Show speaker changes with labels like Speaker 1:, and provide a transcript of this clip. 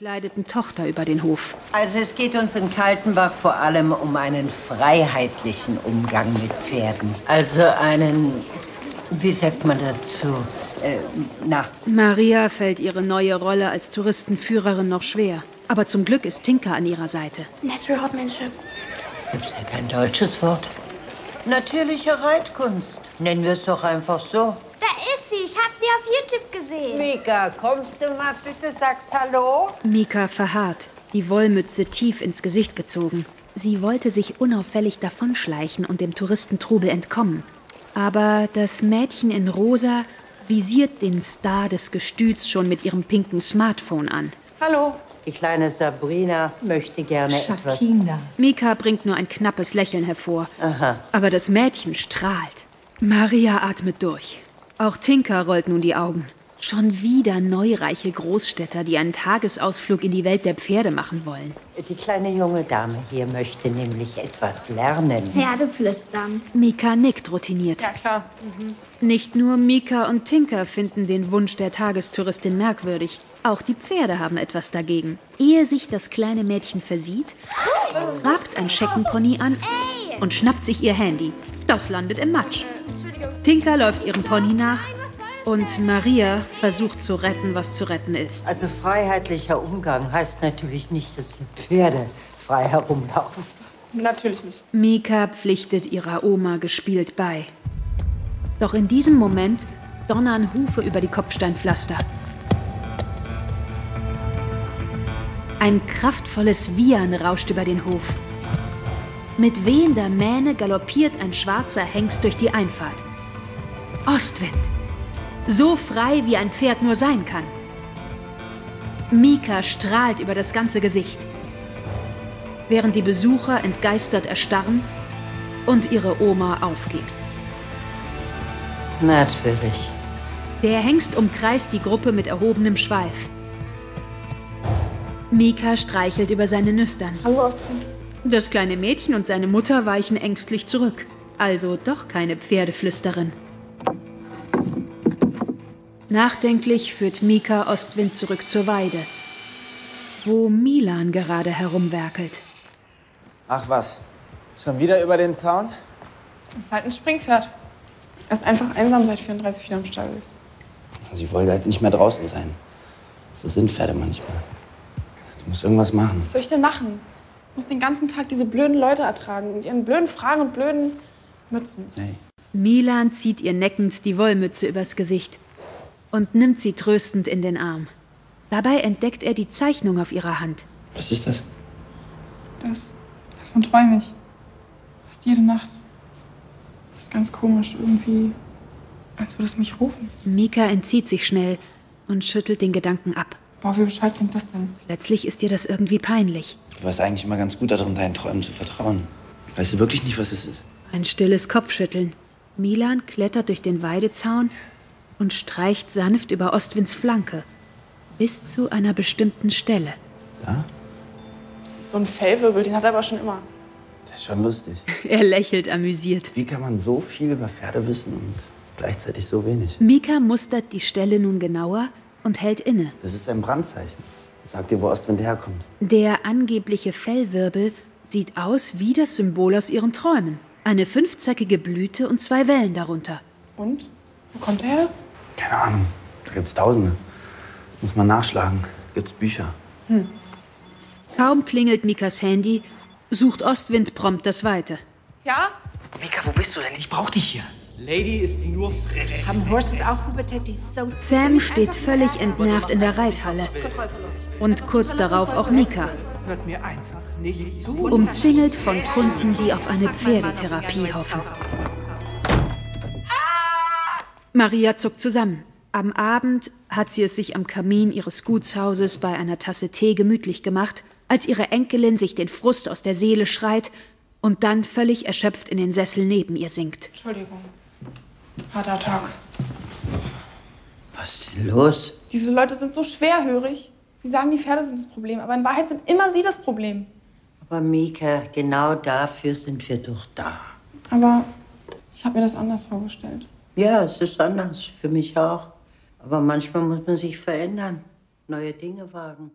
Speaker 1: gekleideten Tochter über den Hof.
Speaker 2: Also es geht uns in Kaltenbach vor allem um einen freiheitlichen Umgang mit Pferden. Also einen, wie sagt man dazu? Äh, na,
Speaker 1: Maria fällt ihre neue Rolle als Touristenführerin noch schwer. Aber zum Glück ist Tinker an ihrer Seite.
Speaker 3: Natural Horsemanship.
Speaker 2: gibt's ja kein deutsches Wort. Natürliche Reitkunst. Nennen wir es doch einfach so.
Speaker 3: Da ist sie. Ich habe sie auf YouTube gesehen.
Speaker 2: Mika, kommst du mal bitte, sagst Hallo?
Speaker 1: Mika verharrt, die Wollmütze tief ins Gesicht gezogen. Sie wollte sich unauffällig davonschleichen und dem Touristentrubel entkommen. Aber das Mädchen in Rosa visiert den Star des Gestüts schon mit ihrem pinken Smartphone an.
Speaker 4: Hallo,
Speaker 2: Die kleine Sabrina möchte gerne etwas.
Speaker 4: Shakina.
Speaker 1: Mika bringt nur ein knappes Lächeln hervor. Aber das Mädchen strahlt. Maria atmet durch. Auch Tinka rollt nun die Augen. Schon wieder neureiche Großstädter, die einen Tagesausflug in die Welt der Pferde machen wollen.
Speaker 2: Die kleine junge Dame hier möchte nämlich etwas lernen.
Speaker 3: Pferdeflüstern.
Speaker 1: Mika nickt routiniert.
Speaker 4: Ja, klar. Mhm.
Speaker 1: Nicht nur Mika und Tinker finden den Wunsch der Tagestouristin merkwürdig. Auch die Pferde haben etwas dagegen. Ehe sich das kleine Mädchen versieht, rabt ein Scheckenpony an und schnappt sich ihr Handy. Das landet im Matsch.
Speaker 4: Äh,
Speaker 1: Tinker läuft ihrem Pony nach und Maria versucht zu retten, was zu retten ist.
Speaker 2: Also freiheitlicher Umgang heißt natürlich nicht, dass die Pferde frei herumlaufen.
Speaker 4: Natürlich nicht.
Speaker 1: Mika pflichtet ihrer Oma gespielt bei. Doch in diesem Moment donnern Hufe über die Kopfsteinpflaster. Ein kraftvolles Wiehern rauscht über den Hof. Mit wehender Mähne galoppiert ein schwarzer Hengst durch die Einfahrt. Ostwind. So frei, wie ein Pferd nur sein kann. Mika strahlt über das ganze Gesicht während die Besucher entgeistert erstarren und ihre Oma aufgibt.
Speaker 2: Natürlich.
Speaker 1: Der Hengst umkreist die Gruppe mit erhobenem Schweif. Mika streichelt über seine Nüstern.
Speaker 3: Hallo, Ostwind.
Speaker 1: Das kleine Mädchen und seine Mutter weichen ängstlich zurück. Also doch keine Pferdeflüsterin. Nachdenklich führt Mika Ostwind zurück zur Weide, wo Milan gerade herumwerkelt.
Speaker 5: Ach was, schon wieder über den Zaun?
Speaker 4: Ist halt ein Springpferd. Er ist einfach einsam seit 34 Jahren im Stall ist.
Speaker 5: Sie wollen halt nicht mehr draußen sein. So sind Pferde manchmal. Du musst irgendwas machen.
Speaker 4: Was soll ich denn machen? Ich muss den ganzen Tag diese blöden Leute ertragen und ihren blöden Fragen und blöden Mützen.
Speaker 5: Nee.
Speaker 1: Milan zieht ihr neckend die Wollmütze übers Gesicht und nimmt sie tröstend in den Arm. Dabei entdeckt er die Zeichnung auf ihrer Hand.
Speaker 5: Was ist das?
Speaker 4: Das, davon träume ich. Fast jede Nacht. Das ist ganz komisch, irgendwie, als würde es mich rufen.
Speaker 1: Mika entzieht sich schnell und schüttelt den Gedanken ab.
Speaker 4: Boah, wie bescheuert klingt das denn?
Speaker 1: Plötzlich ist ihr das irgendwie peinlich.
Speaker 5: Du warst eigentlich immer ganz gut darin, deinen Träumen zu vertrauen. Weißt du wirklich nicht, was es ist?
Speaker 1: Ein stilles Kopfschütteln. Milan klettert durch den Weidezaun und streicht sanft über Ostwinds Flanke. Bis zu einer bestimmten Stelle.
Speaker 5: Ja?
Speaker 4: Das ist so ein Fellwirbel, den hat er aber schon immer.
Speaker 5: Das ist schon lustig.
Speaker 1: Er lächelt amüsiert.
Speaker 5: Wie kann man so viel über Pferde wissen und gleichzeitig so wenig?
Speaker 1: Mika mustert die Stelle nun genauer und hält inne.
Speaker 5: Das ist ein Brandzeichen. Das sagt dir, wo Ostwind herkommt.
Speaker 1: Der angebliche Fellwirbel sieht aus wie das Symbol aus ihren Träumen. Eine fünfzackige Blüte und zwei Wellen darunter.
Speaker 4: Und? Wo kommt er her?
Speaker 5: Keine Ahnung. Da gibt's Tausende. Muss man nachschlagen. Gibt's Bücher.
Speaker 1: Kaum klingelt Mikas Handy, sucht Ostwind prompt das Weite.
Speaker 4: Ja?
Speaker 6: Mika, wo bist du denn? Ich brauch dich hier. Lady ist nur frech.
Speaker 2: Haben Horses auch über Teddy so
Speaker 1: Sam steht völlig entnervt in der Reithalle. Und kurz darauf auch Mika,
Speaker 6: Hört mir einfach nicht zu.
Speaker 1: umzingelt von Kunden, die auf eine Pferdetherapie hoffen. Maria zuckt zusammen. Am Abend hat sie es sich am Kamin ihres Gutshauses bei einer Tasse Tee gemütlich gemacht, als ihre Enkelin sich den Frust aus der Seele schreit und dann völlig erschöpft in den Sessel neben ihr sinkt.
Speaker 4: Entschuldigung. Harter Tag.
Speaker 2: Was ist denn los?
Speaker 4: Diese Leute sind so schwerhörig. Sie sagen, die Pferde sind das Problem, aber in Wahrheit sind immer sie das Problem.
Speaker 2: Aber Mika, genau dafür sind wir doch da.
Speaker 4: Aber ich habe mir das anders vorgestellt.
Speaker 2: Ja, es ist anders. Für mich auch. Aber manchmal muss man sich verändern. Neue Dinge wagen.